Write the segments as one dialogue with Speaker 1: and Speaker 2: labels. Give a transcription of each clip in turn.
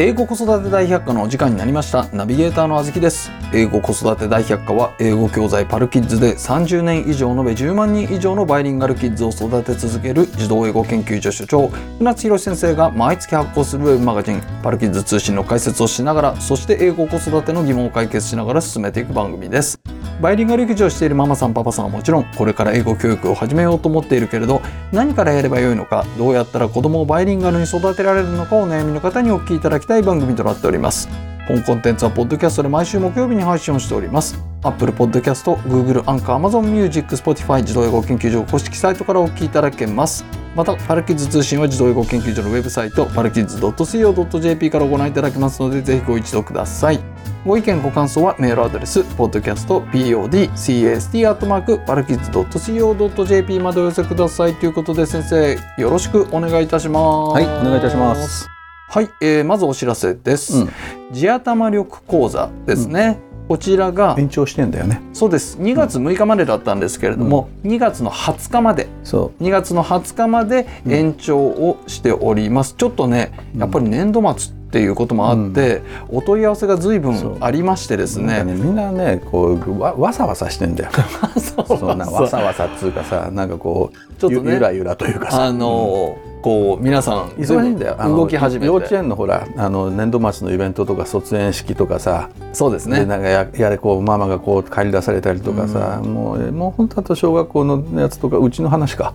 Speaker 1: 英語子育て大百科のお時間になりましたナビゲーターのあずきです英語子育て大百科は英語教材パルキッズで30年以上延べ10万人以上のバイリンガルキッズを育て続ける児童英語研究所所長船津博先生が毎月発行するウェブマガジンパルキッズ通信の解説をしながらそして英語子育ての疑問を解決しながら進めていく番組ですバイリンガル育児をしているママさんパパさんはもちろんこれから英語教育を始めようと思っているけれど何からやればよいのかどうやったら子供をバイリンガルに育てられるのかお悩みの方にお聞きいただきたい番組となっております本コンテンツはポッドキャストで毎週木曜日に配信をしております Apple Podcast、Google、Anchor、Amazon Music、Spotify 自動英語研究所公式サイトからお聞きいただけますまたパルキッズ通信は自動英語研究所のウェブサイトパルキッズ .co.jp からご覧いただけますのでぜひご一読くださいご意見ご感想はメールアドレス podcastpodcast.co.jp までお寄せくださいということで先生よろしくお願いいたします。
Speaker 2: はい、お願いいたしま。す。
Speaker 1: はい、えー、まずお知らせです。
Speaker 2: うん
Speaker 1: 地頭力講座ですね。こちらが
Speaker 2: 延長してんだよね。
Speaker 1: そうです2月6日までだったんですけれども、2月の20日まで
Speaker 2: そ
Speaker 1: 2月の20日まで延長をしております、ちょっとねやっぱり年度末っていうこともあって、お問い合わせが随
Speaker 2: そう
Speaker 1: 分ありましてです
Speaker 2: う。なんか
Speaker 1: ね
Speaker 2: ね、みんなね、こうわわさわさしてんだよ。
Speaker 1: そう
Speaker 2: そうなんかわさわさっつうかさ、なんかこう
Speaker 1: ちょっとね
Speaker 2: ゆゆらゆらというかさ。
Speaker 1: あのーこう皆さん
Speaker 2: うん忙しいんだよ。あの
Speaker 1: 動き始めて
Speaker 2: 幼稚園のほら、あの年度末のイベントとか卒園式とかさ、
Speaker 1: そうです
Speaker 2: で
Speaker 1: ね
Speaker 2: なんかややれこうママがこう借り出されたりとかさ、もうもう本当あと小学校のやつとかうちの話か。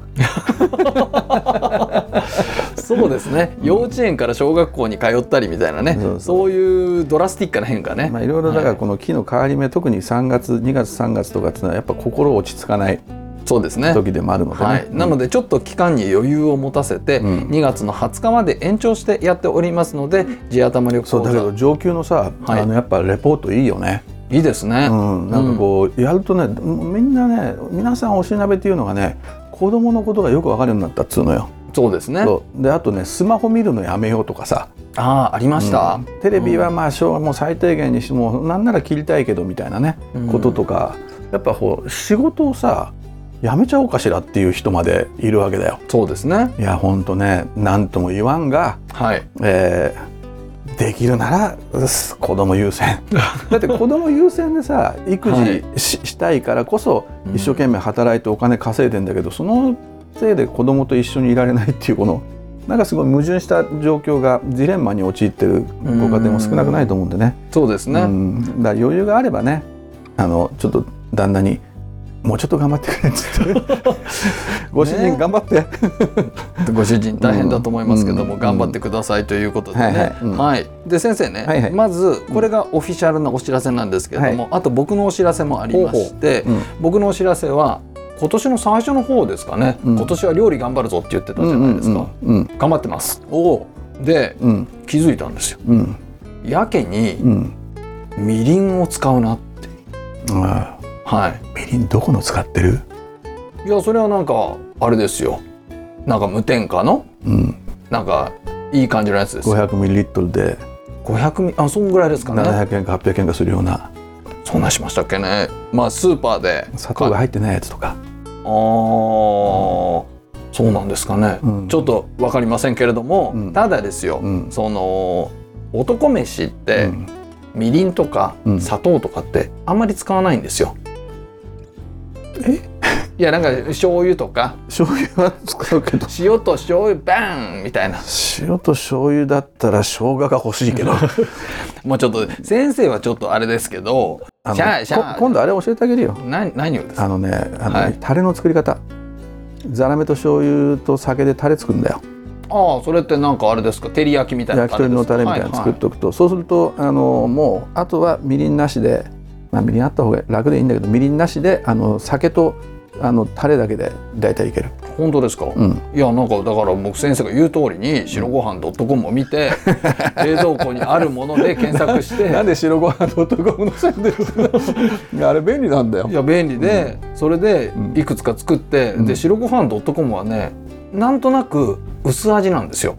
Speaker 1: そうですね幼稚園から小学校に通ったりみたいなね、
Speaker 2: そうそう
Speaker 1: そういうドラスティックな変化ね、
Speaker 2: まあいろいろだか
Speaker 1: は
Speaker 2: らこの木の変わり目、特に3月2月3月とかっていうのはやっぱ心落ち着かない
Speaker 1: そうですね
Speaker 2: 時でもあるのでね。
Speaker 1: はい、なのでちょっと期間に余裕を持たせて、
Speaker 2: うん
Speaker 1: 2月の20日まで延長してやっておりますので地頭力
Speaker 2: そ
Speaker 1: 講
Speaker 2: うだけど
Speaker 1: 座
Speaker 2: 上級のさ、
Speaker 1: はい
Speaker 2: あのやっぱレポートいいよね、
Speaker 1: いいですね、
Speaker 2: うん、なんかこうやるとねみんなね皆さんおしなべっていうのがね子供のことがよくわかるようになったっつうのよ。
Speaker 1: そうですね
Speaker 2: そうであとねスマホ見るのやめようとかさ、
Speaker 1: ああありました、
Speaker 2: うんテレビはまあしょうもう最低限にしてもうなんなら切りたいけどみたいなね、
Speaker 1: うん
Speaker 2: こととかやっぱこう仕事をさやめちゃおうかしらっていう人までいるわけだよ。
Speaker 1: そうですね
Speaker 2: いやほんとね何とも言わんが
Speaker 1: はい
Speaker 2: えーできるならうっす子供 優先だって子供優先でさ育
Speaker 1: はい
Speaker 2: 児し,、したいからこそ
Speaker 1: うん
Speaker 2: 一生懸命働いてお金稼いでんだけど、そのせいで子供と一緒にいられないっていうこのなんかすごい矛盾した状況がジレンマに陥ってるご家庭も少なくないと思うんでね
Speaker 1: そうですね、
Speaker 2: うんだから余裕があればねあのちょっと旦那にもうちょっと頑張ってくれっつって ご主人頑張って、
Speaker 1: ご主人大変だと思いますけども、
Speaker 2: うん
Speaker 1: 頑張ってくださいということでね、
Speaker 2: はい
Speaker 1: は
Speaker 2: はいいうん
Speaker 1: で先生ね、
Speaker 2: はいはい
Speaker 1: まずこれがオフィシャルなお知らせなんですけれども、あと僕のお知らせもありまして
Speaker 2: ほうほううん
Speaker 1: 僕のお知らせは今年の最初の方ですかね、
Speaker 2: うん
Speaker 1: 今年は料理頑張るぞって言ってたじゃないですか、
Speaker 2: うんうん
Speaker 1: 頑張ってます
Speaker 2: お
Speaker 1: で
Speaker 2: うん
Speaker 1: 気づいたんですよ
Speaker 2: うん
Speaker 1: やけに
Speaker 2: うん
Speaker 1: みりんを使うなって
Speaker 2: ああ
Speaker 1: はい
Speaker 2: みりんどこの使ってる、
Speaker 1: いやそれはなんかあれですよなんか無添加の
Speaker 2: うん、
Speaker 1: なんかいい感じのやつですよ
Speaker 2: 500ml で
Speaker 1: 500ミリあそんぐらいですかね
Speaker 2: 700円か800円かするような
Speaker 1: そんなんしましたっけね。まあスーパーで。
Speaker 2: 砂糖が
Speaker 1: あ
Speaker 2: 入ってないやつと
Speaker 1: あ
Speaker 2: か、
Speaker 1: ー、そうなんですかね。
Speaker 2: うん
Speaker 1: ちょっとわかりませんけれども、
Speaker 2: うん
Speaker 1: ただですよ。
Speaker 2: うん
Speaker 1: その男飯って、
Speaker 2: うん
Speaker 1: みりんとか
Speaker 2: うん
Speaker 1: 砂糖とかってあんまり使わないんですよ。
Speaker 2: え
Speaker 1: いやなんか醤油とか
Speaker 2: 醤油は使うけど
Speaker 1: 塩と醤油バーンみたいな。
Speaker 2: 塩と醤油だったら生姜が欲しい けど
Speaker 1: もうちょっと先生はちょっとあれですけど、
Speaker 2: あ
Speaker 1: シャーシャ
Speaker 2: の
Speaker 1: ー
Speaker 2: こ今度あれ教えてあげるよ
Speaker 1: な何をですか。
Speaker 2: あのねあの、
Speaker 1: はい
Speaker 2: タレの作り方ザラメと醤油と酒でタレ作るんだよ
Speaker 1: ああそれってなんかあれですか。照り焼きみたいな
Speaker 2: 焼き鳥のタレみたいなの作っ
Speaker 1: と。
Speaker 2: ておくと、そうするとあのもうあとはみりんなしで、まあ、みりんあった方が楽でいいんだけどみりんなしであの酒とあのタレだけで大体いける、
Speaker 1: はいはい本当ですか。
Speaker 2: うん、
Speaker 1: いやなんかだから僕先生が言う通りに白ご飯 .com を見 て冷蔵庫にあるもので検索して
Speaker 2: なんで白ご飯ドットコムのせんでる あれ便利なんだよ
Speaker 1: い。や便利でそれでいくつか作って
Speaker 2: ん
Speaker 1: で白ご飯 .com はねなんとなく薄味なんですよ。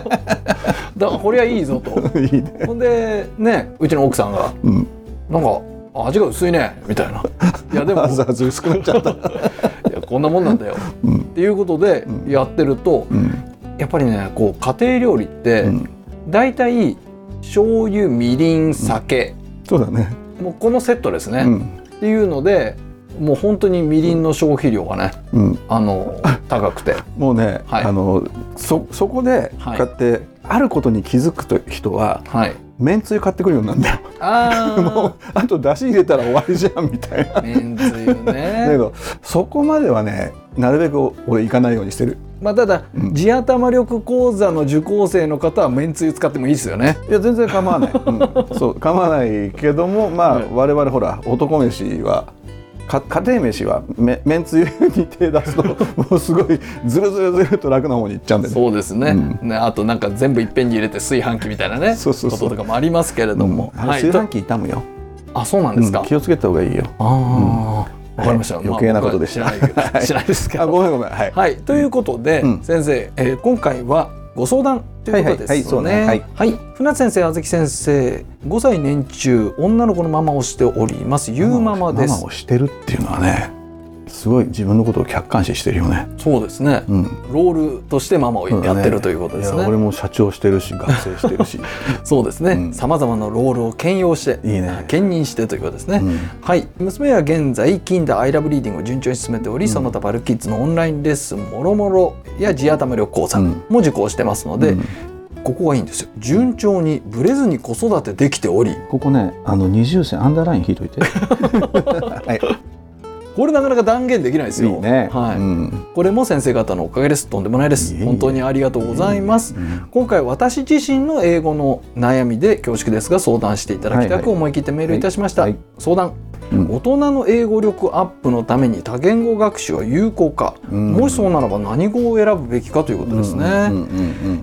Speaker 1: だからこれはいいぞと。
Speaker 2: いいね。
Speaker 1: ほんでねうちの奥さんが
Speaker 2: うん。
Speaker 1: なんか味が薄いねみたいな。いやで も
Speaker 2: わざわざ薄くなっちゃった。
Speaker 1: いやこんなもんなんだよ。
Speaker 2: うん
Speaker 1: っていうことでやってると
Speaker 2: うん。
Speaker 1: やっぱりねこう家庭料理って
Speaker 2: うん
Speaker 1: 大体醤油みりん酒、
Speaker 2: そうだね。
Speaker 1: もうこのセットですね、っ
Speaker 2: うん。
Speaker 1: ていうのでもう本当にみりんの消費量がね
Speaker 2: うん。
Speaker 1: あの高くて
Speaker 2: もうね、
Speaker 1: はい
Speaker 2: あのそそこでこ
Speaker 1: はいう
Speaker 2: やって、あることに気づくと人は
Speaker 1: はい
Speaker 2: めんつゆ買ってくるようになるんだよ。
Speaker 1: あ
Speaker 2: もうあと出汁入れたら終わりじゃんみたいな。
Speaker 1: あめんつゆ
Speaker 2: だけ
Speaker 1: ね
Speaker 2: どそこまではねなるべく俺行かないようにしてる。
Speaker 1: まあただ、
Speaker 2: うん
Speaker 1: 地頭力講座の受講生の方はめんつゆ使ってもいいですよね
Speaker 2: いや全然構わない、うん、そう構わないけどもまあ、
Speaker 1: はい
Speaker 2: 我々ほら男飯はか家庭飯はめめんつゆに手出すともうすごいずるずるずると楽な方に行っちゃうんでね
Speaker 1: そうですね,、ねあとなんか全部いっぺんに入れて炊飯器みたいなね
Speaker 2: そうそうそう
Speaker 1: こととかもありますけれども、
Speaker 2: うんあれ炊飯器傷むよ、
Speaker 1: とあそうなんですか、
Speaker 2: うん気をつけた方がいいよ
Speaker 1: ああ、わかりました。
Speaker 2: はい余計なことでした
Speaker 1: まあ僕は知らないけど 知らないですけ
Speaker 2: あ
Speaker 1: ど。
Speaker 2: ごめんごめんはい、
Speaker 1: はい、ということで、
Speaker 2: うん
Speaker 1: 先生、えー今回はご相談ということですね。
Speaker 2: はいはいはいそうねはい
Speaker 1: はい船津先生、あずき先生、5歳年中女の子のママをしております。ゆうママです。
Speaker 2: ママをしてるっていうのはねすごい自分のことを客観視してるよね
Speaker 1: そうですね。
Speaker 2: うん
Speaker 1: ロールとしてママを
Speaker 2: そうだ
Speaker 1: や
Speaker 2: ね
Speaker 1: ってるということです
Speaker 2: いや
Speaker 1: ね。
Speaker 2: 俺も社長してるし学生してるし
Speaker 1: そうです
Speaker 2: う
Speaker 1: ね。
Speaker 2: ん
Speaker 1: さまざまなロールを兼用して、
Speaker 2: いいね
Speaker 1: 兼任してということですね。
Speaker 2: うん
Speaker 1: はい、娘は現在金でアイラブリーディングを順調に進めており、その他パルキッズのオンラインレッスンもろもろや地頭力講座
Speaker 2: うん
Speaker 1: も受講してますので、
Speaker 2: うん
Speaker 1: ここがいいんですよ順調にブレずに子育てできており
Speaker 2: ここねあの二重線アンダーライン引い といてはい
Speaker 1: これなかなか断言できないですよ
Speaker 2: いいね。
Speaker 1: はい
Speaker 2: うん
Speaker 1: これも先生方のおかげですとんでもないです
Speaker 2: いえいえ
Speaker 1: 本当にありがとうございます
Speaker 2: うん
Speaker 1: 今回私自身の英語の悩みで恐縮ですが相談していただきた
Speaker 2: はい
Speaker 1: く
Speaker 2: はい
Speaker 1: 思い切ってメールいたしました、
Speaker 2: はいはい
Speaker 1: 相談
Speaker 2: うん
Speaker 1: 大人の英語力アップのために多言語学習は有効か、
Speaker 2: うん
Speaker 1: もしそうならば何語を選ぶべきかということですね、
Speaker 2: うんうんうん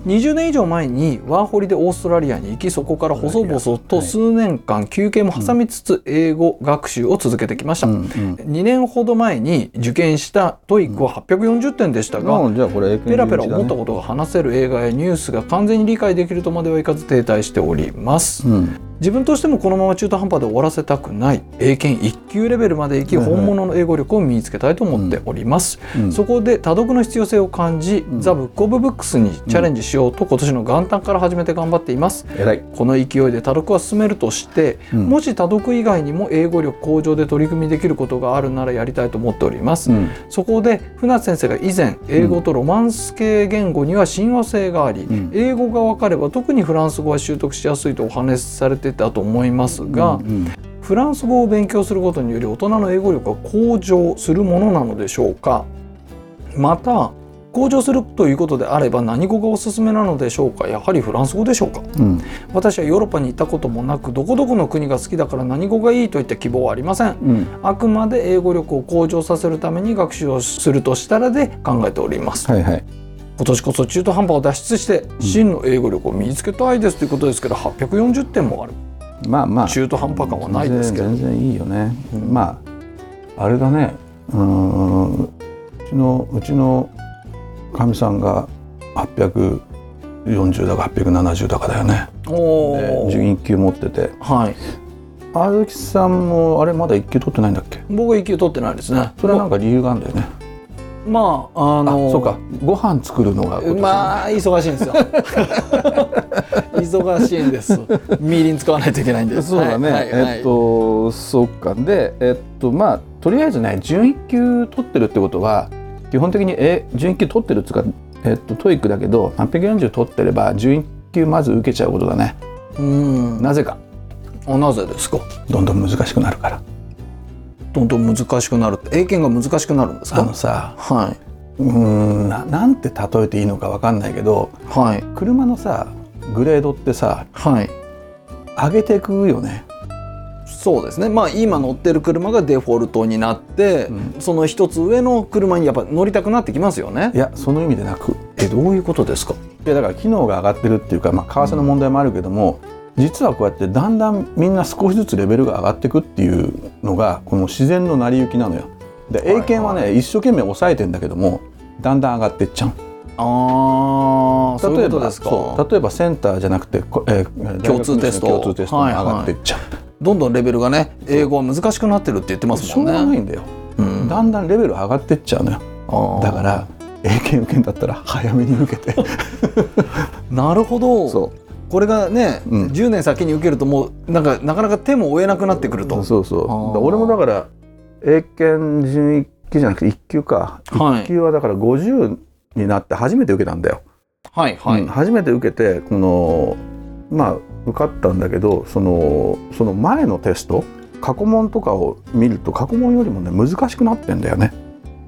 Speaker 1: 20年以上前にワーホリでオーストラリアに行きそこから細々と数年間休憩も挟みつつ英語学習を続けてきました、
Speaker 2: うんうん
Speaker 1: 2年ほど前に受験したトイックは840点でしたが、
Speaker 2: もうじゃあこれ
Speaker 1: ペラペラ思った
Speaker 2: こ
Speaker 1: ことが話せる映画やニュースが完全に理解できるとまではいかず停滞しております、
Speaker 2: うん
Speaker 1: 自分としてもこのまま中途半端で終わらせたくない英検一級レベルまで行き
Speaker 2: はいはい
Speaker 1: 本物の英語力を身につけたいと思っております、
Speaker 2: うん
Speaker 1: そこで多読の必要性を感じ、
Speaker 2: ん
Speaker 1: ザ・ブック・オブ・ブックスにチャレンジしようと今年の元旦から始めて頑張っています
Speaker 2: 偉い
Speaker 1: この勢いで多読は進めるとして、
Speaker 2: うん
Speaker 1: もし多読以外にも英語力向上で取り組みできることがあるならやりたいと思っております、
Speaker 2: うん
Speaker 1: そこで船津先生が以前英語とロマンス系言語には親和性があり、
Speaker 2: ん
Speaker 1: 英語が分かれば特にフランス語は習得しやすいとお話しされてたと思いますが、
Speaker 2: うん
Speaker 1: フランス語を勉強することにより大人の英語力は向上するものなのでしょうかまた向上するということであれば何語がおすすめなのでしょうかやはりフランス語でしょうか
Speaker 2: うん
Speaker 1: 私はヨーロッパに行ったこともなくどこどこの国が好きだから何語がいいといった希望はありません
Speaker 2: うん
Speaker 1: あくまで英語力を向上させるために学習をするとしたらで考えております、
Speaker 2: はいはい
Speaker 1: 今年こそ中途半端を脱出して真の英語力を身につけたいですということですけど840点もある
Speaker 2: まあまあ
Speaker 1: 中途半端感はないですけど
Speaker 2: 全然全然いいよね
Speaker 1: うん
Speaker 2: まああれだねうーんうちのうちのかみさんが840だか870だかだよね
Speaker 1: お
Speaker 2: で
Speaker 1: ー
Speaker 2: 1級持ってて
Speaker 1: はい
Speaker 2: あずきさんもあれまだ1級取ってないんだっけ
Speaker 1: 僕は一級取ってないですね
Speaker 2: それはなんか理由があるんだよね。
Speaker 1: まああ
Speaker 2: あ
Speaker 1: の
Speaker 2: そうか。ご飯作るのが今年
Speaker 1: まあ忙しいん ですよ忙しいんですみりん使わないといけないんで
Speaker 2: そうだね。
Speaker 1: はいはいはい
Speaker 2: えっとそうかでえっとまあとりあえずね準一級取ってるってことは基本的にえ準一級取ってるっつうかえっとトイックだけど840取ってれば準一級まず受けちゃうことだね。
Speaker 1: うんな
Speaker 2: なぜか
Speaker 1: あなぜですか
Speaker 2: どんどん難しくなるから。
Speaker 1: どんどん難しくなるって英検が難しくなるんです
Speaker 2: あ
Speaker 1: か
Speaker 2: のさ
Speaker 1: は
Speaker 2: うーんななんて例えていいのかわかんないけど
Speaker 1: いはい
Speaker 2: 車のさグレードってさ
Speaker 1: はい
Speaker 2: 上げていくよね。
Speaker 1: そうですねまあ今乗ってる車がデフォルトになって、
Speaker 2: う
Speaker 1: その一つ上の車にやっぱ乗りたくなってきますよね
Speaker 2: いやその意味でなく。
Speaker 1: えどういうことですか
Speaker 2: いやだから機能が上がってるっていうか、まあ、為替の問題もあるけども、実はこうやってだんだんみんな少しずつレベルが上がっていくっていうのがこの自然の成り行きなのよ。で
Speaker 1: いはい
Speaker 2: 英検はね、一生懸命抑えてんだけどもだんだん上がってっちゃう。
Speaker 1: ああそういう
Speaker 2: 例え
Speaker 1: こと
Speaker 2: ば
Speaker 1: ですか
Speaker 2: そう例えばセンターじゃなくて、こえー
Speaker 1: 共通テスト
Speaker 2: 大学入試の共通テストも上がってっちゃう。
Speaker 1: どんどんレベルがね英語は難しくなってるって言ってます
Speaker 2: しょ
Speaker 1: も
Speaker 2: う
Speaker 1: ね
Speaker 2: んがないんだよ。
Speaker 1: うん
Speaker 2: だんだんレベル上がってっちゃうのよ。
Speaker 1: あー
Speaker 2: だから英検受けんだったら早めに受けて。
Speaker 1: なるほど
Speaker 2: そ
Speaker 1: これがね、
Speaker 2: うん
Speaker 1: 10年先に受けるともうなんかなかなか手も負えなくなってくると、
Speaker 2: そうそうだ
Speaker 1: あー
Speaker 2: から俺もだから英検準一級じゃなくて一級か
Speaker 1: はい
Speaker 2: 一級はだから50になって初めて受けたんだよ、
Speaker 1: はいはい、
Speaker 2: うん初めて受けてこのまあ受かったんだけどそのその前のテスト過去問とかを見ると過去問よりもね難しくなってんだよね。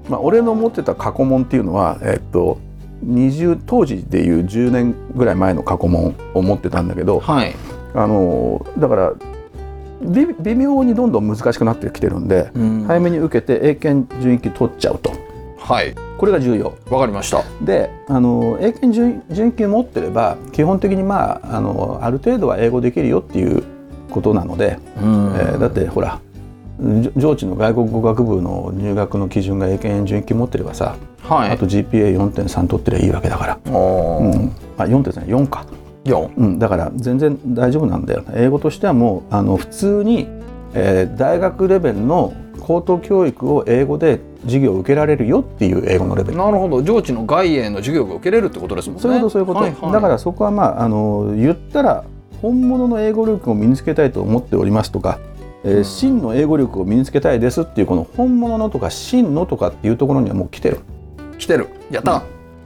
Speaker 2: まあ、俺の持ってた過去問っていうのは、えっと、20当時でいう10年ぐらい前の過去問を持ってたんだけど、
Speaker 1: はい
Speaker 2: あのだからび微妙にどんどん難しくなってきてるんで、
Speaker 1: うん
Speaker 2: 早めに受けて英検準一級取っちゃうと
Speaker 1: はい
Speaker 2: これが重要
Speaker 1: わかりました
Speaker 2: であの英検準準一級持ってれば基本的にまああのある程度は英語できるよっていうことなので、
Speaker 1: うん
Speaker 2: えーだってほらじょ上智の外国語学部の入学の基準が英検準一級持ってればさ、
Speaker 1: はい
Speaker 2: あと GPA4.3 取ってりゃいいわけだから、
Speaker 1: お
Speaker 2: うん
Speaker 1: ー
Speaker 2: あ4.34か。
Speaker 1: 四
Speaker 2: うん、だから全然大丈夫なんだよ英語としてはもうあの普通に、えー大学レベルの高等教育を英語で授業を受けられるよっていう英語のレベル
Speaker 1: なるほど上智の外への授業が受けれるってことですもんね
Speaker 2: そういうことそういうこと、
Speaker 1: はいはい
Speaker 2: だからそこはまああの言ったら本物の英語力を身につけたいと思っておりますとか、え
Speaker 1: う
Speaker 2: ー
Speaker 1: ん
Speaker 2: 真の英語力を身につけたいですっていうこの本物のとか真のとかっていうところにはもう来てる、
Speaker 1: 来てるやった、はい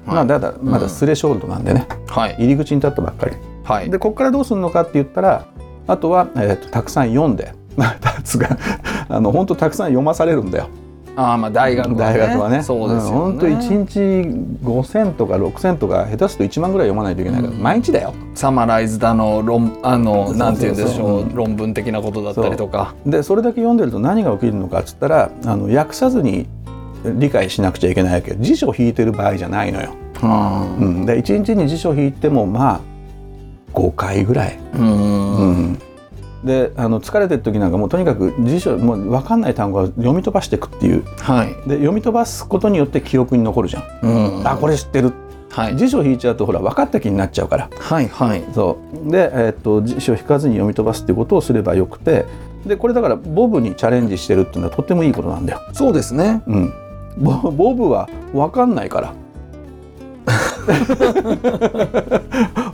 Speaker 2: まあ、だだまだスレショートなんでね、
Speaker 1: はい
Speaker 2: 入り口に立ったばっかり
Speaker 1: はい
Speaker 2: でここからどうするのかって言ったらあとは、えーとたくさん読んで まあつがあの本当たくさん読まされるんだよ
Speaker 1: ああまあ大学はね
Speaker 2: 大学はね。
Speaker 1: そうですよね、
Speaker 2: 本当一日5,000とか6,000とか下手すると1万ぐらい読まないといけないから、
Speaker 1: うん
Speaker 2: 毎日だよ。
Speaker 1: サマライズだの論あ
Speaker 2: そうそう
Speaker 1: の
Speaker 2: そう
Speaker 1: なんて言うんでしょう
Speaker 2: うん
Speaker 1: 論文的なことだったりとか
Speaker 2: でそれだけ読んでると何が起きるのかっつったらあの訳さずに理解しなくちゃいけないわけよ辞書を引いてる場合じゃないのよ。
Speaker 1: うん
Speaker 2: うん、で1日に辞書を引いてもまあ5回ぐらい。
Speaker 1: うん
Speaker 2: であの疲れてる時なんかもうとにかく辞書もう分かんない単語は読み飛ばしていくっていう
Speaker 1: はい
Speaker 2: で読み飛ばすことによって記憶に残るじゃ
Speaker 1: う
Speaker 2: ん、
Speaker 1: ん
Speaker 2: あこれ知ってる
Speaker 1: はい
Speaker 2: 辞書引いちゃうとほら分かった気になっちゃうから
Speaker 1: はいはい
Speaker 2: そうで、えーっと辞書引かずに読み飛ばすっていうことをすればよくてでこれだからボブにチャレンジしてるっていうのはとってもいいことなんだよ、
Speaker 1: そうですね
Speaker 2: うん、ボボブは分かんないから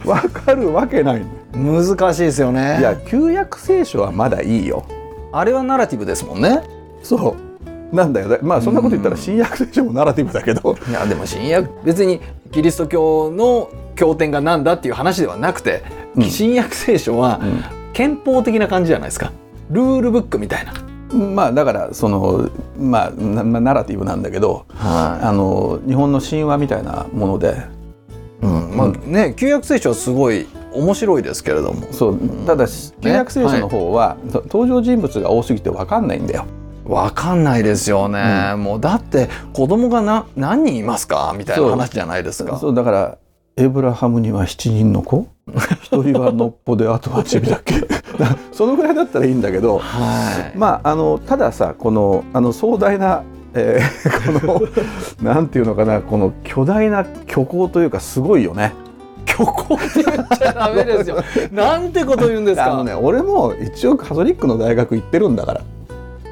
Speaker 2: 分かるわけないの
Speaker 1: 難しいですよね
Speaker 2: いや旧約聖書はまだいいよ
Speaker 1: あれはナラティブですもんね
Speaker 2: そうなんだよねまあそんなこと言ったら新約聖書もナラティブだけど、
Speaker 1: いやでも新約別にキリスト教の経典がなんだっていう話ではなくて、
Speaker 2: うん
Speaker 1: 新約聖書は憲法的な感じじゃないですかルールブックみたいな、
Speaker 2: まあだからそのまあなまあナラティブなんだけど
Speaker 1: は
Speaker 2: あの日本の神話みたいなもので
Speaker 1: いうん、まあね旧約聖書はすごい面白いですけれども
Speaker 2: そうただし旧約聖書の方は、そ登場人物が多すぎて分かんないんだよ。
Speaker 1: わかんないですよね、もうだって子供がな何人いますかみたいな話じゃないですか
Speaker 2: そうだからエブラハムには7人 の子一人はのっぽであとはチビだっけだそのぐらいだったらいいんだけど
Speaker 1: はい、
Speaker 2: まあ、あのたださこのあの壮大な、えー こ のなんていうのかなこの巨大な虚構というかすごいよね。
Speaker 1: 虚構って言っちゃダメですよ なんてこと言うんです
Speaker 2: あ
Speaker 1: か
Speaker 2: のね俺も一応カトリックの大学行ってるんだから。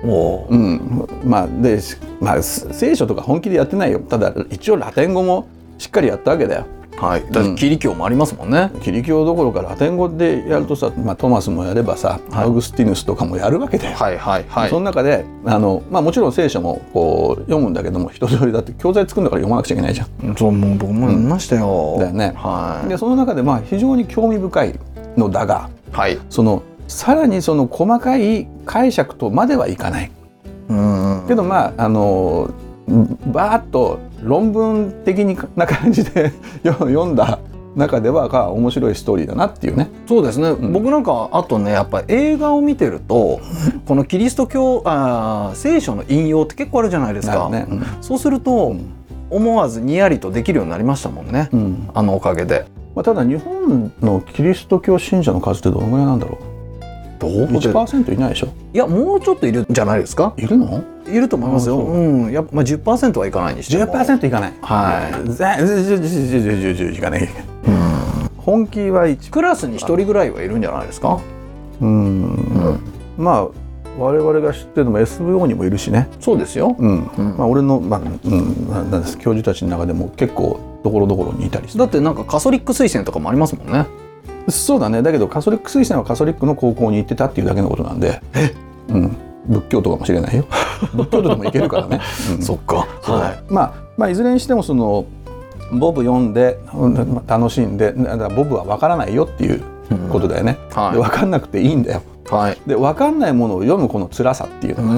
Speaker 1: もう
Speaker 2: うん、まあで、しまあ、す聖書とか本気でやってないよただ一応ラテン語もしっかりやったわけだよ。
Speaker 1: はいだってキリ教もありますもんね、
Speaker 2: キリ教どころかラテン語でやるとさ、まあ、トマスもやればさ、
Speaker 1: はい
Speaker 2: アウグスティヌスとかもやるわけだよ。
Speaker 1: はいはいはい
Speaker 2: その中であの、まあ、もちろん聖書もこう読むんだけども人通りだって教材作るんだから読まなくちゃいけないじゃん。
Speaker 1: そうもう僕も
Speaker 2: うん
Speaker 1: 見ましたよ。
Speaker 2: だよね
Speaker 1: はい。
Speaker 2: でその中でまあ非常に興味深いのだが
Speaker 1: はい。
Speaker 2: そのさらにその細かい解釈とまではいかない
Speaker 1: うん
Speaker 2: けどまああのバーッと論文的にな感じで よ読んだ中ではあ面白いストーリーだなっていうね。
Speaker 1: そうですね、
Speaker 2: ん
Speaker 1: 僕なんかあとねやっぱ映画を見てるとこのキリスト教あー聖書の引用って結構あるじゃないです
Speaker 2: なる
Speaker 1: か、
Speaker 2: ほどねうん
Speaker 1: そうすると、思わずにやりとできるようになりましたもんね、
Speaker 2: うん
Speaker 1: あのおかげで
Speaker 2: まあ、ただ日本のキリスト教信者の数ってどのぐらいなんだろ
Speaker 1: どう
Speaker 2: う1%いないでしょ
Speaker 1: いやもうちょっといるんじゃないですか
Speaker 2: いるの
Speaker 1: いると思いますよ
Speaker 2: あーそう
Speaker 1: うんやっぱ、まあ、10%はいかないにしても
Speaker 2: 10%いかない
Speaker 1: はい
Speaker 2: いかない本気は1
Speaker 1: クラスに一人ぐらいはいるんじゃないですか、
Speaker 2: うんまあ我々が知ってるのも SVO にもいるしね、
Speaker 1: そうですよ、
Speaker 2: うん
Speaker 1: うん
Speaker 2: まあ、俺の、まあうん、ななんです教授たちの中でも結構ところどころにいたりする
Speaker 1: だってなんかカソリック推薦とかもありますもんね
Speaker 2: そうだねだけどカソリック水産はカソリックの高校に行ってたっていうだけのことなんでうん、仏教徒かもしれ ないよ仏教徒でもいけるから ね、うん
Speaker 1: そっか。
Speaker 2: そう
Speaker 1: はい。
Speaker 2: まあ、まあいずれにしてもそのボブ読んでうん楽しんでだからボブは分からないよっていうことだよね、で
Speaker 1: は
Speaker 2: 分かんなくていいんだよ
Speaker 1: い。はい。
Speaker 2: で分かんないものを読むこの辛さっていう
Speaker 1: う
Speaker 2: の、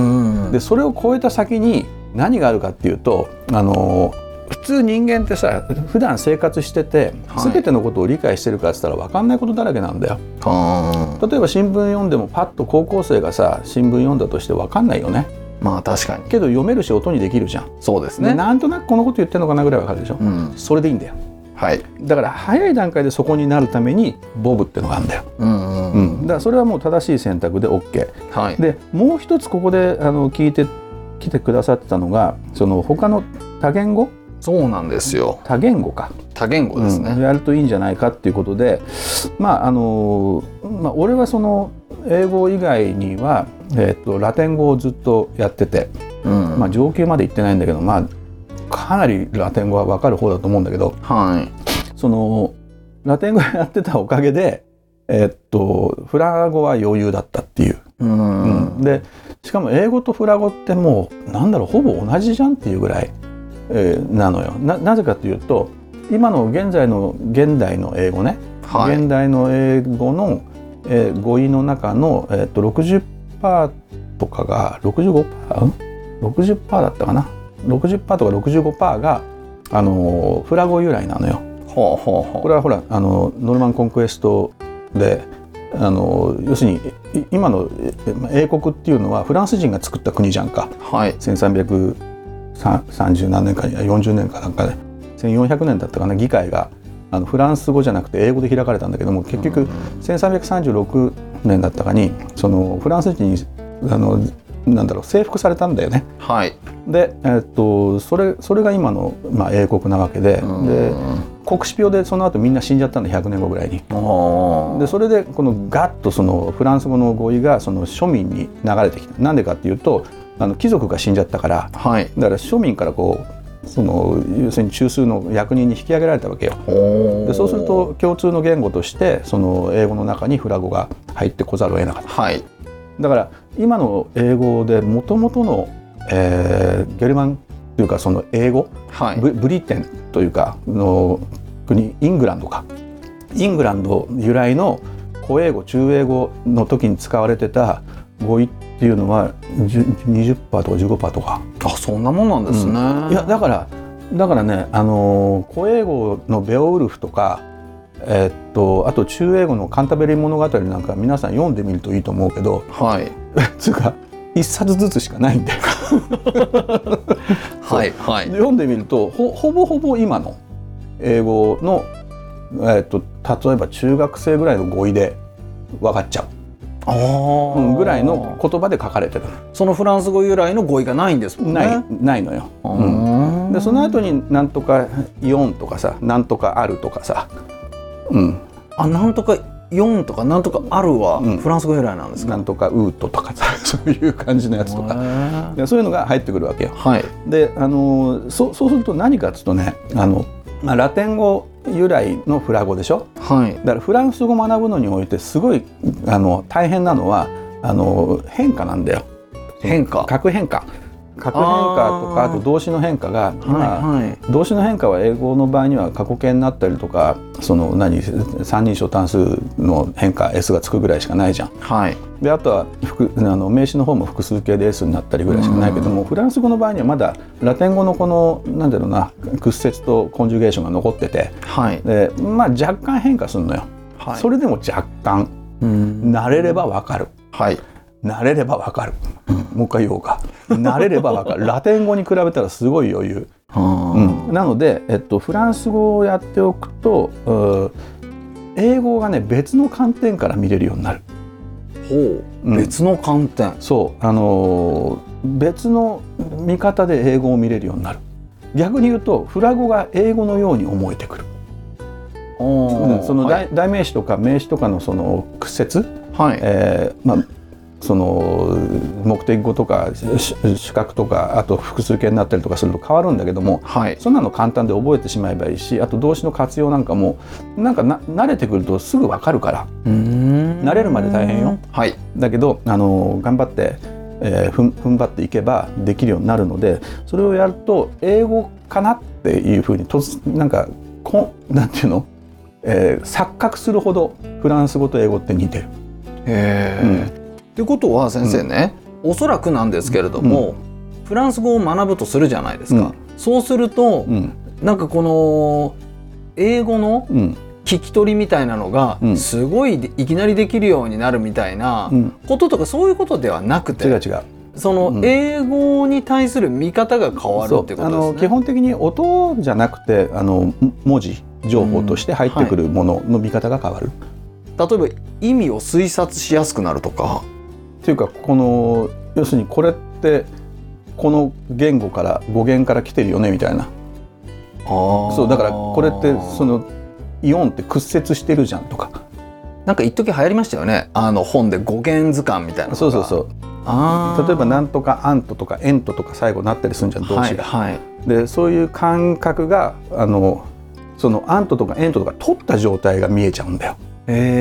Speaker 1: ん。
Speaker 2: でそれを超えた先に何があるかっていうとあのー普通人間ってさ普段生活してて
Speaker 1: はい
Speaker 2: 全てのことを理解してるかっつったら分かんないことだらけなんだよ
Speaker 1: は
Speaker 2: 例えば新聞読んでもパッと高校生がさ新聞読んだとして分かんないよね
Speaker 1: あ。まあ確かに。
Speaker 2: けど読めるし音にできるじゃん
Speaker 1: そうです
Speaker 2: ね、
Speaker 1: ね。
Speaker 2: なんとなくこのこと言ってるのかなぐらいわかるでしょ、
Speaker 1: うん。
Speaker 2: それでいいんだよ
Speaker 1: はい。
Speaker 2: だから早い段階でそこになるためにボブってのがあるんだよ、
Speaker 1: うん
Speaker 2: う
Speaker 1: うん
Speaker 2: ん、だからそれはもう正しい選択で OK
Speaker 1: はい。
Speaker 2: でもう一つここであの聞いてきてくださってたのがその他の多言語
Speaker 1: そうなんですよ。
Speaker 2: 多言語か、
Speaker 1: 多言語です
Speaker 2: うん
Speaker 1: ね。
Speaker 2: やるといいんじゃないかっていうことでまああの、まあ、俺はその英語以外には、えっとラテン語をずっとやってて、
Speaker 1: うん。
Speaker 2: まあ、上級まで行ってないんだけどまあかなりラテン語は分かる方だと思うんだけど
Speaker 1: はい。
Speaker 2: そのラテン語やってたおかげで、えっとフラ語は余裕だったっていう、
Speaker 1: う
Speaker 2: うん
Speaker 1: ん。
Speaker 2: でしかも英語とフラ語ってもうなんだろうほぼ同じじゃんっていうぐらい、えーなのよななぜかというと今の現在の現代の英語ね、
Speaker 1: はい。
Speaker 2: 現代の英語の、えー語彙の中の、えっと60%とかが 65%?60% だったかな60%とか65%が、あのーフラ語由来なのよ。
Speaker 1: ほうほうほ
Speaker 2: これはほらあのノルマン・コンクエストであの要するにい今のええ英国っていうのはフランス人が作った国じゃんか
Speaker 1: う。はい。
Speaker 2: 1330何年かに40年かなんかで1400年だったかな議会があのフランス語じゃなくて英語で開かれたんだけども結
Speaker 1: う
Speaker 2: 局
Speaker 1: ん
Speaker 2: 1336年だったかにそのフランス人にあのなんだろう征服されたんだよね。
Speaker 1: はい。
Speaker 2: で、えっとそれそれが今の、まあ、英国なわけで,、
Speaker 1: うん
Speaker 2: で国死病でその後みんな死んじゃったの100年後ぐらいに。
Speaker 1: おー
Speaker 2: でそれでこのガッとそのフランス語の語彙がその庶民に流れてきたなんでかっていうとあの貴族が死んじゃったから
Speaker 1: はい。
Speaker 2: だから庶民からこうその要するに中枢の役人に引き上げられたわけよ。
Speaker 1: おー
Speaker 2: でそうすると。共通の言語としてその英語の中にフラ語が入ってこざるを得なかった
Speaker 1: はい。
Speaker 2: だから今の英語でもともとの、えーゲルマンというかその英語
Speaker 1: はい。
Speaker 2: ブブリテンというかの国イングランドかイングランド由来の古英語中英語の時に使われてた語彙っていうのは10 20%とか15%とか
Speaker 1: あ、そんなもんなんですね。
Speaker 2: いやだからだからねあのー古英語のベオウルフとかえっとあと中英語のカンタベリー物語なんか皆さん読んでみるといいと思うけど
Speaker 1: はい。
Speaker 2: つうか一冊ずつしかないんで
Speaker 1: はい。はい。
Speaker 2: 読んでみるとほほぼほぼ今の英語の、えー、と例えば中学生ぐらいの語彙で分かっちゃ
Speaker 1: あ
Speaker 2: う、
Speaker 1: ー
Speaker 2: うんぐらいの言葉で書かれてる
Speaker 1: そのフランス語由来の語彙がないんですもんね。
Speaker 2: ない,、ないのよ。うん
Speaker 1: うん
Speaker 2: でその後になんとか「イオン」とかさ「なんとかある」とかさ、うん
Speaker 1: あなんとか4とかなんとかあるは
Speaker 2: うん
Speaker 1: フランス語由来なんで
Speaker 2: 「
Speaker 1: すか、
Speaker 2: なんとかウート」とかさ そういう感じのやつとか
Speaker 1: か
Speaker 2: でそういうのが入ってくるわけよ。
Speaker 1: はい
Speaker 2: であのーそうそうすると何かっつうとねあの、まあ、ラテン語由来のフラ語でしょ、
Speaker 1: はい
Speaker 2: だからフランス語を学ぶのにおいてすごいあの大変なのはあの変化なんだよ
Speaker 1: 変化
Speaker 2: 核変化核変化とかあ
Speaker 1: あー
Speaker 2: と動詞の変化が今、
Speaker 1: はいはい
Speaker 2: 動詞の変化は英語の場合には過去形になったりとかその何三人称単数の変化 S がつくぐらいしかないじゃん
Speaker 1: はい
Speaker 2: であとは複あの名詞の方も複数形で S になったりぐらいしかないけどもフランス語の場合にはまだラテン語のこの何だろうな屈折とコンジュゲーションが残ってて
Speaker 1: はい
Speaker 2: で、まあ、若干変化するのよ。
Speaker 1: はい
Speaker 2: それでも若干
Speaker 1: うん
Speaker 2: 慣れればわかる
Speaker 1: はい
Speaker 2: 慣れればわかるもう一回言お うか慣れればわかるラテン語に比べたらすごい余裕、うん、なので、えっと、フランス語をやっておくとうー英語がね別の観点から見れるようになる
Speaker 1: ほう、
Speaker 2: うん
Speaker 1: 別の観点
Speaker 2: そうあのー別の見方で英語を見れるようになる逆に言うとフラ語が英語のように思えてくる、
Speaker 1: お
Speaker 2: うん、その
Speaker 1: はい
Speaker 2: 代代名詞とか名詞とかのその屈折
Speaker 1: はい
Speaker 2: えーまあ、その目的語とかし資格とかあと複数形になったりとかすると変わるんだけども
Speaker 1: はい
Speaker 2: そんなの簡単で覚えてしまえばいいしあと動詞の活用なんかもなんかな慣れてくるとすぐ分かるから
Speaker 1: 慣
Speaker 2: 慣れるまで大変よ
Speaker 1: はい
Speaker 2: だけどあの頑張って、えーふん踏ん張っていけばできるようになるのでそれをやると英語かなっていうふうに突なんかこんなんていうの、えー錯覚するほどフランス語と英語って似てる。
Speaker 1: へえ、ってことは先生ね、おそらくなんですけれども、フランス語を学ぶとするじゃないですか、そうすると、
Speaker 2: うん
Speaker 1: なんかこの英語の
Speaker 2: うん
Speaker 1: 聞き取りみたいなのが
Speaker 2: うん
Speaker 1: すごいでいきなりできるようになるみたいな
Speaker 2: うん、
Speaker 1: こととかそういうことではなくて、
Speaker 2: 違う違う
Speaker 1: その
Speaker 2: うん
Speaker 1: 英語に対する見方が変わるっていうこ
Speaker 2: そう
Speaker 1: と
Speaker 2: あの
Speaker 1: です
Speaker 2: 基
Speaker 1: ね。
Speaker 2: 本的に音じゃなくてあのも文字情報として入ってくるものの見方が変わる。
Speaker 1: 例えば意味を推察しやすくなるとか、
Speaker 2: っていうかこの要するにこれってこの言語から語源から来てるよねみたいなそうだからこれってそのイオンって屈折してるじゃんとか
Speaker 1: なんか一時流行りましたよね。あの本で語源図鑑みたいなのが。
Speaker 2: そうそうそう
Speaker 1: あー
Speaker 2: 例えば「なんとかアント」とか「エント」とか最後なったりするんじゃん動詞が。
Speaker 1: はいはい
Speaker 2: でそういう感覚があのその「アント」とか「エント」とか取った状態が見えちゃうんだよ。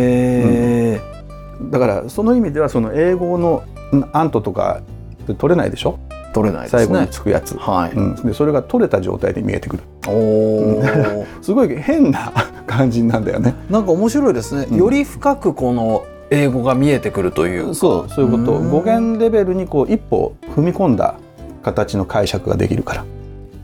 Speaker 1: え
Speaker 2: だからその意味ではその英語のん「アント」とかって取れないでしょ
Speaker 1: ー取れないですね。
Speaker 2: 最後につくやつ。
Speaker 1: はい。
Speaker 2: うん、でそれが取れた状態で見えてくる
Speaker 1: おお。
Speaker 2: すごい変な感じなんだよね。
Speaker 1: なんか面白いですね。
Speaker 2: うん
Speaker 1: より深くこの英語が見えてくるという。
Speaker 2: そうそういうこと
Speaker 1: うん
Speaker 2: 語源レベルにこう一歩踏み込んだ形の解釈ができるから、
Speaker 1: っ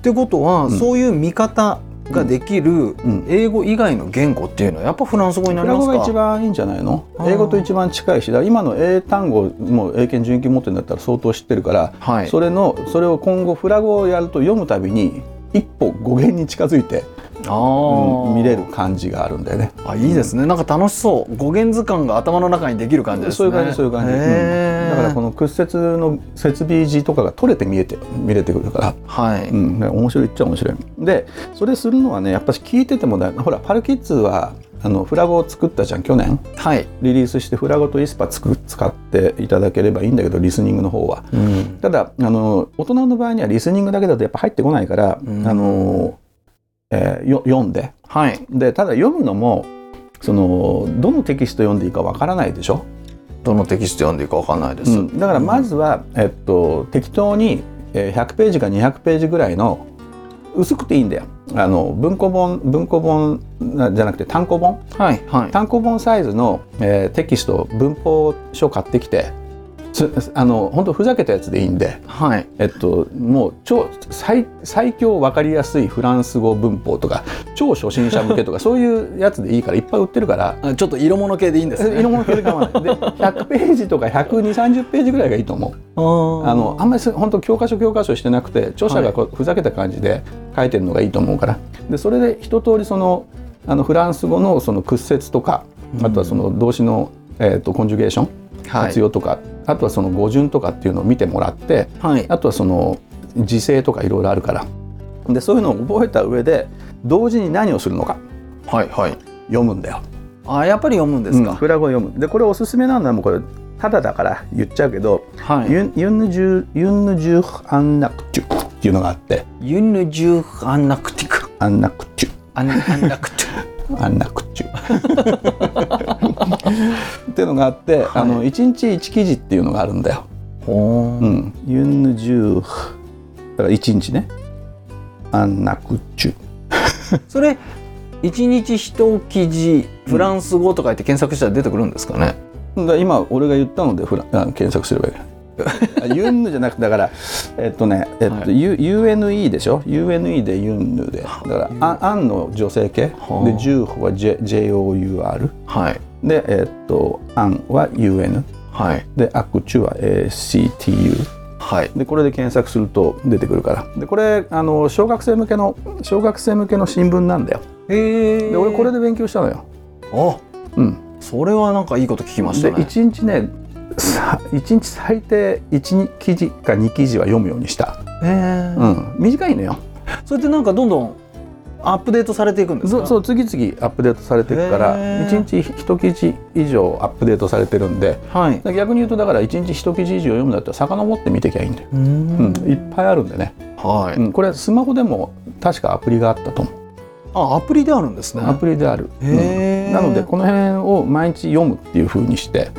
Speaker 1: てことは、
Speaker 2: うん
Speaker 1: そういう見方ができる
Speaker 2: うん、
Speaker 1: 英語以外の言語っていうのはやっぱフランス語にな
Speaker 2: フ
Speaker 1: り
Speaker 2: ラン
Speaker 1: ます
Speaker 2: ス
Speaker 1: か。
Speaker 2: 語が一番いいんじゃないの
Speaker 1: あー
Speaker 2: 英語と一番近いしだから今の英単語も英検準一級持ってるんだったら相当知ってるから、
Speaker 1: はい。
Speaker 2: それのそれを今後フラ語をやると読むたびに一歩語源に近づいて、
Speaker 1: あ
Speaker 2: うん
Speaker 1: あ、
Speaker 2: 見れる。感じがあるんだよね。
Speaker 1: あいいですね。なんか楽しそう。語源図鑑が頭の中にできる感じですね。
Speaker 2: そういう感じそういう感じ、うん
Speaker 1: へー
Speaker 2: だからこの屈折の設備字とかが取れて見えて見れてくるから、
Speaker 1: はい。
Speaker 2: うん、だから面白いっちゃ面白いでそれするのはねやっぱし聞いててもだほらパルキッズはあのフラゴを作ったじゃん去年
Speaker 1: はい。
Speaker 2: リリースしてフラゴとイスパつく使っていただければいいんだけどリスニングの方は
Speaker 1: うん。
Speaker 2: ただあの大人の場合にはリスニングだけだとやっぱ入ってこないから、
Speaker 1: うん
Speaker 2: あの、えーよ読んで
Speaker 1: はい。
Speaker 2: でただ読むのもそのどのテキスト読んでいいかわからないでしょ、
Speaker 1: どのテキスト読んでいいかわかんないです。
Speaker 2: うんだからまずは、えっと、適当にえー100ページか200ページぐらいの薄くていいんだよあの文庫本文庫本なじゃなくて単行本
Speaker 1: はいはい。
Speaker 2: 単行本サイズの、えーテキスト文法書買ってきてつあの本当ふざけたやつでいいんで、
Speaker 1: はい。
Speaker 2: えっと、もう超最最強分かりやすいフランス語文法とか超初心者向 けとかそういうやつでいいからいっぱい売ってるから。
Speaker 1: あちょっと色物系でいいんです
Speaker 2: え
Speaker 1: ね。
Speaker 2: 色物系で構わないで100ページとか12030ページぐらいがいいと思う
Speaker 1: あ
Speaker 2: あのあ
Speaker 1: の
Speaker 2: んまりそ本当教科書教科書してなくて著者
Speaker 1: は
Speaker 2: が
Speaker 1: い
Speaker 2: こうふざけた感じで書いてるのがいいと思うから、でそれで一通りそのあのフランス語のその屈折とか、
Speaker 1: うん
Speaker 2: あとはその動詞の、えー、とコンジュゲーション
Speaker 1: はい
Speaker 2: 活。用とか、あとはその語順とかっていうのを見てもらって
Speaker 1: はい。
Speaker 2: あとはその時勢とかいろいろあるからでそういうのを覚えた上で同時に何をするのか
Speaker 1: はいはい。
Speaker 2: 読むんだよ。
Speaker 1: あやっぱり読むんです
Speaker 2: うん
Speaker 1: か。
Speaker 2: フラ語を読むでこれおすすめなのはもうこれただだから言っちゃうけど
Speaker 1: はい。
Speaker 2: ユンユンヌジュユンヌジュアンナクチュっていうのがあって
Speaker 1: ユンヌジュアンナクティク。
Speaker 2: アンナクチュ
Speaker 1: アンアンナクティ
Speaker 2: アンナクチュ っていうのがあって、
Speaker 1: はい
Speaker 2: あの一日一記事っていうのがあるんだよ。
Speaker 1: ク。ほ
Speaker 2: う
Speaker 1: ー
Speaker 2: ん、ユンヌジュだから一日ねアンナクチュ
Speaker 1: それ一日一記事フランス語とか言って検索したら出てくるんですかね。
Speaker 2: だから今俺が言ったのでフラあ検索すればいいからあユンヌじゃなくてだからえっとね、えっと
Speaker 1: はい
Speaker 2: U UNE でしょ UNE でユンヌでだからあアンの女性系で
Speaker 1: はあ
Speaker 2: ジューは J- JOUR
Speaker 1: はい
Speaker 2: で、えっと、アンは UN
Speaker 1: はい
Speaker 2: で、アクチュは ACTU
Speaker 1: はい。
Speaker 2: で、これで検索すると出てくるから。で、これ、あの、小学生向けの、小学生向けの新聞なんだよ。
Speaker 1: へえ。
Speaker 2: で、俺これで勉強したのよ。
Speaker 1: あ
Speaker 2: うん。
Speaker 1: それはなんかいいこと聞きまし
Speaker 2: で、
Speaker 1: たね。
Speaker 2: 一日ね、さ一日最低1記事か2記事は読むようにした。
Speaker 1: へえ
Speaker 2: うん。短いのよ。
Speaker 1: それでなんかどんどんアップデートされていくんです
Speaker 2: そう
Speaker 1: か
Speaker 2: そう次々アップデートされていくから
Speaker 1: へー
Speaker 2: 1日1記事以上アップデートされてるんで
Speaker 1: はい。う
Speaker 2: 逆に言うとだから1日1記事以上読むんだったら遡って見てきゃいいんだよ、
Speaker 1: ー
Speaker 2: うん
Speaker 1: ん。
Speaker 2: いっぱいあるんでね、
Speaker 1: は
Speaker 2: う
Speaker 1: い。
Speaker 2: ん、これスマホでも確かアプリがあったと思う、
Speaker 1: あ、アプリであるんですね。
Speaker 2: アプリである、うん
Speaker 1: へー
Speaker 2: なのでこの辺を毎日読むっていう風にして、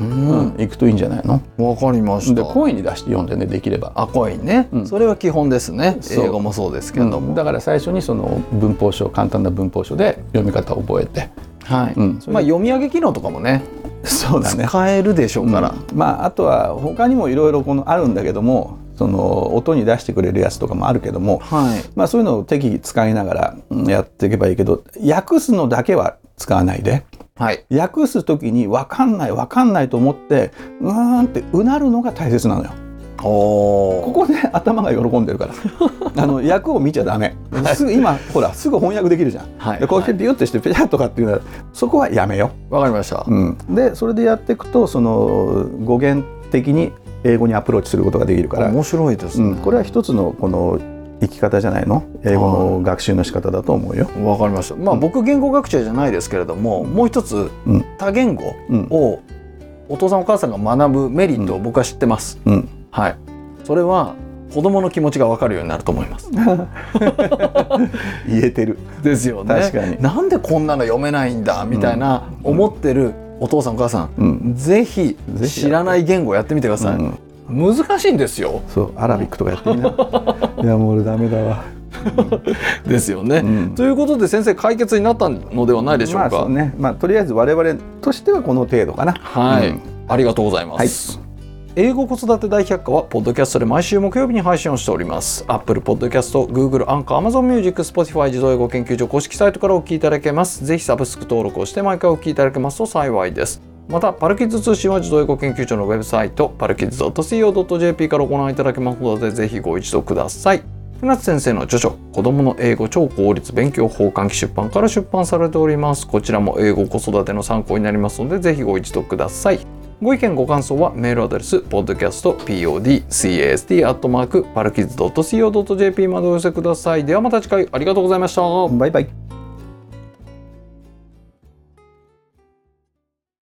Speaker 1: う。
Speaker 2: うんん、いくといいんじゃないの
Speaker 1: わかりました。
Speaker 2: で声に出して読んでねできれば
Speaker 1: あ、コインね
Speaker 2: う。ん
Speaker 1: それは基本ですね。
Speaker 2: そう
Speaker 1: 英語もそうですけど
Speaker 2: うん
Speaker 1: も。
Speaker 2: だから最初にその文法書簡単な文法書で読み方を覚えて、
Speaker 1: はい。
Speaker 2: うん
Speaker 1: まあ読み上げ機能とかもね、
Speaker 2: そう
Speaker 1: 使えるでしょう
Speaker 2: か、
Speaker 1: からら。
Speaker 2: うんまああとは他にもいろいろこのあるんだけどもその音に出してくれるやつとかもあるけども、
Speaker 1: はい。
Speaker 2: まあ、そういうのを適宜使いながらうんやっていけばいいけど訳すのだけは使わないで
Speaker 1: はい。
Speaker 2: 訳す時に分かんない分かんないと思ってうーんってうなるのが大切なのよ。
Speaker 1: お
Speaker 2: こ
Speaker 1: お。
Speaker 2: こで頭が喜んで るからあの訳を見ちゃダメすぐ今ほらすぐ翻訳できるじゃん。
Speaker 1: はい
Speaker 2: でこうやってビュッてしてペチャッとかっていうのはそこはやめよ
Speaker 1: わかりました
Speaker 2: う。。うん、でそれでやっていくとその語源的に英語にアプローチすることができるから、
Speaker 1: 面白いです
Speaker 2: う
Speaker 1: ね。
Speaker 2: ん、これは一つのこの生き方じゃないの英語の学習の仕方だと思うよ。
Speaker 1: わかりました。まあ、
Speaker 2: うん
Speaker 1: 僕言語学者じゃないですけれども、もう一つ
Speaker 2: うん
Speaker 1: 多言語
Speaker 2: うん
Speaker 1: をお父さんお母さんが学ぶメリットを僕は知ってます。
Speaker 2: うん、
Speaker 1: はい。それは子供の気持ちがわかるようになると思い ます。
Speaker 2: 言えてる
Speaker 1: ですよね。
Speaker 2: 確かに、
Speaker 1: なんでこんなの読めないんだみたいな思ってるお父さんお母さん、
Speaker 2: うん
Speaker 1: ぜひ
Speaker 2: ぜひやって
Speaker 1: 知らない言語やってみてくだ
Speaker 2: う
Speaker 1: さい。
Speaker 2: ん、
Speaker 1: 難しいんですよ。
Speaker 2: そうアラビックとかやって みないやもう俺ダメだわ。
Speaker 1: ですよね。
Speaker 2: うん
Speaker 1: ということで先生解決になったのではないでしょう
Speaker 2: まあ
Speaker 1: か。
Speaker 2: そうねまあ、とりあえず我々としてはこの程度かな。
Speaker 1: はい、
Speaker 2: うん
Speaker 1: ありがとうございます。英語子育て大百科はポッドキャストで毎週木曜日に配信をしております。Apple Podcast、Google、アンカー、Amazon Music、Spotify 自動英語研究所公式サイトからお聞きいただけます。ぜひサブスク登録をして毎回お聞きいただけますと幸いです。また、パルキッズ通信は自動英語研究所のウェブサイト、パルキッズ .co.jp からご覧いただけますので、ぜひご一読ください。船津先生の著書「子どもの英語超効率勉強法」換気出版から出版されておりますこちらも英語子育ての参考になりますのでぜひご一読くださいご意見ご感想はメールアドレス podcastpodcast.co.jp までお寄せくださいではまた次回ありがとうございました
Speaker 2: バイバイ